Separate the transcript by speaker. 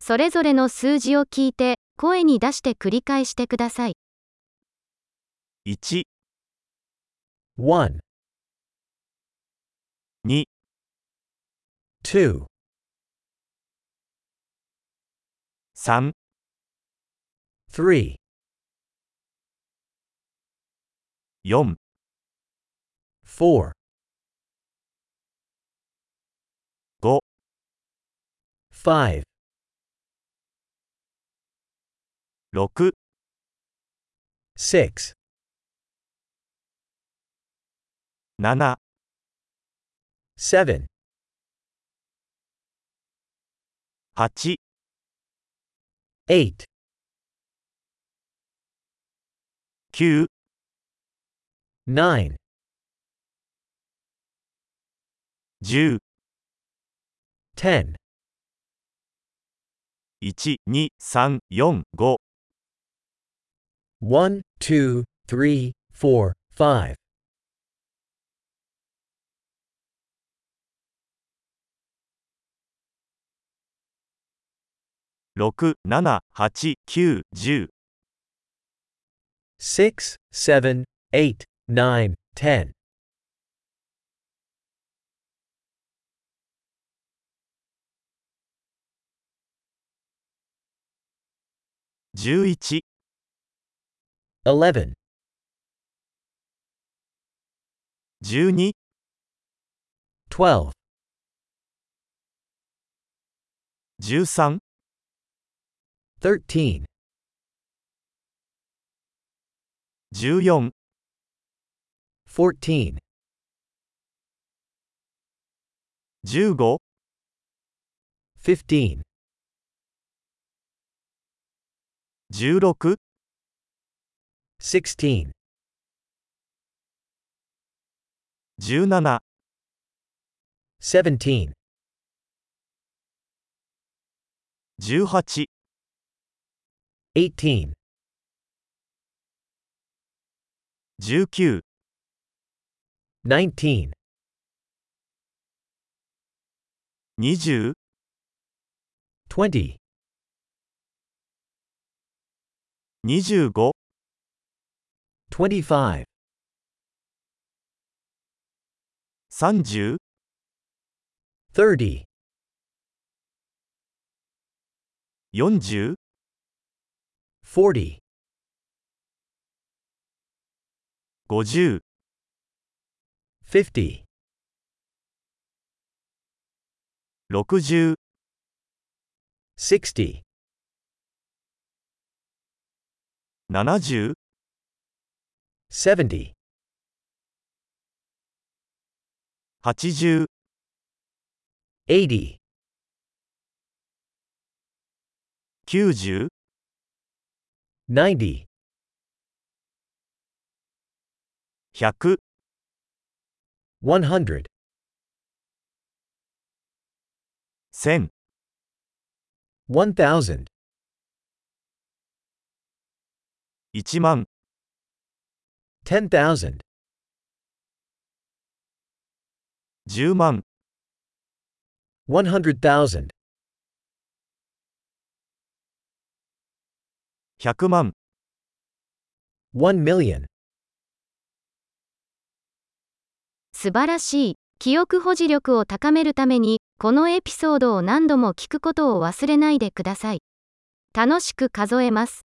Speaker 1: それぞれの数字を聞いて、声に出して繰り返してください。
Speaker 2: 1、
Speaker 3: 1,
Speaker 2: 2、
Speaker 3: 2,
Speaker 2: 3、
Speaker 3: 3,
Speaker 2: 4、
Speaker 3: 4,
Speaker 2: 5、
Speaker 3: 5,
Speaker 2: 6、
Speaker 3: 6,
Speaker 2: 7、
Speaker 3: 7,
Speaker 2: 8、
Speaker 3: 8,
Speaker 2: 9、
Speaker 3: 9,
Speaker 2: 10、
Speaker 3: 10,
Speaker 2: 1、2、3、4、5、
Speaker 3: 1, 2, 3, 4, 5,
Speaker 2: 6、7、8、9、10、
Speaker 3: 6, 7, 8, 9, 10,
Speaker 2: 11、12、13、14、15、16、17、
Speaker 3: 11, 12, 13, 14, 15, 16, 17,
Speaker 2: 18、
Speaker 3: 18,
Speaker 2: 19、
Speaker 3: 19,
Speaker 2: 20、
Speaker 3: 20,
Speaker 2: 25、
Speaker 3: 25,
Speaker 2: 30、
Speaker 3: 30,
Speaker 2: 40、
Speaker 3: 40,
Speaker 2: 50、
Speaker 3: 50,
Speaker 2: 60、
Speaker 3: 60,
Speaker 2: 70、
Speaker 3: 70,
Speaker 2: 80、
Speaker 3: 80,
Speaker 2: 90、
Speaker 3: 90,
Speaker 2: 100、
Speaker 3: 100,
Speaker 2: 1000、
Speaker 3: 1000,
Speaker 2: 1万、
Speaker 3: 10,000,
Speaker 2: 10万、
Speaker 3: 100,000,
Speaker 2: 100万、
Speaker 3: 1 million.
Speaker 1: 素晴らしい。記憶保持力を高めるために、このエピソードを何度も聞くことを忘れないでください。楽しく数えます。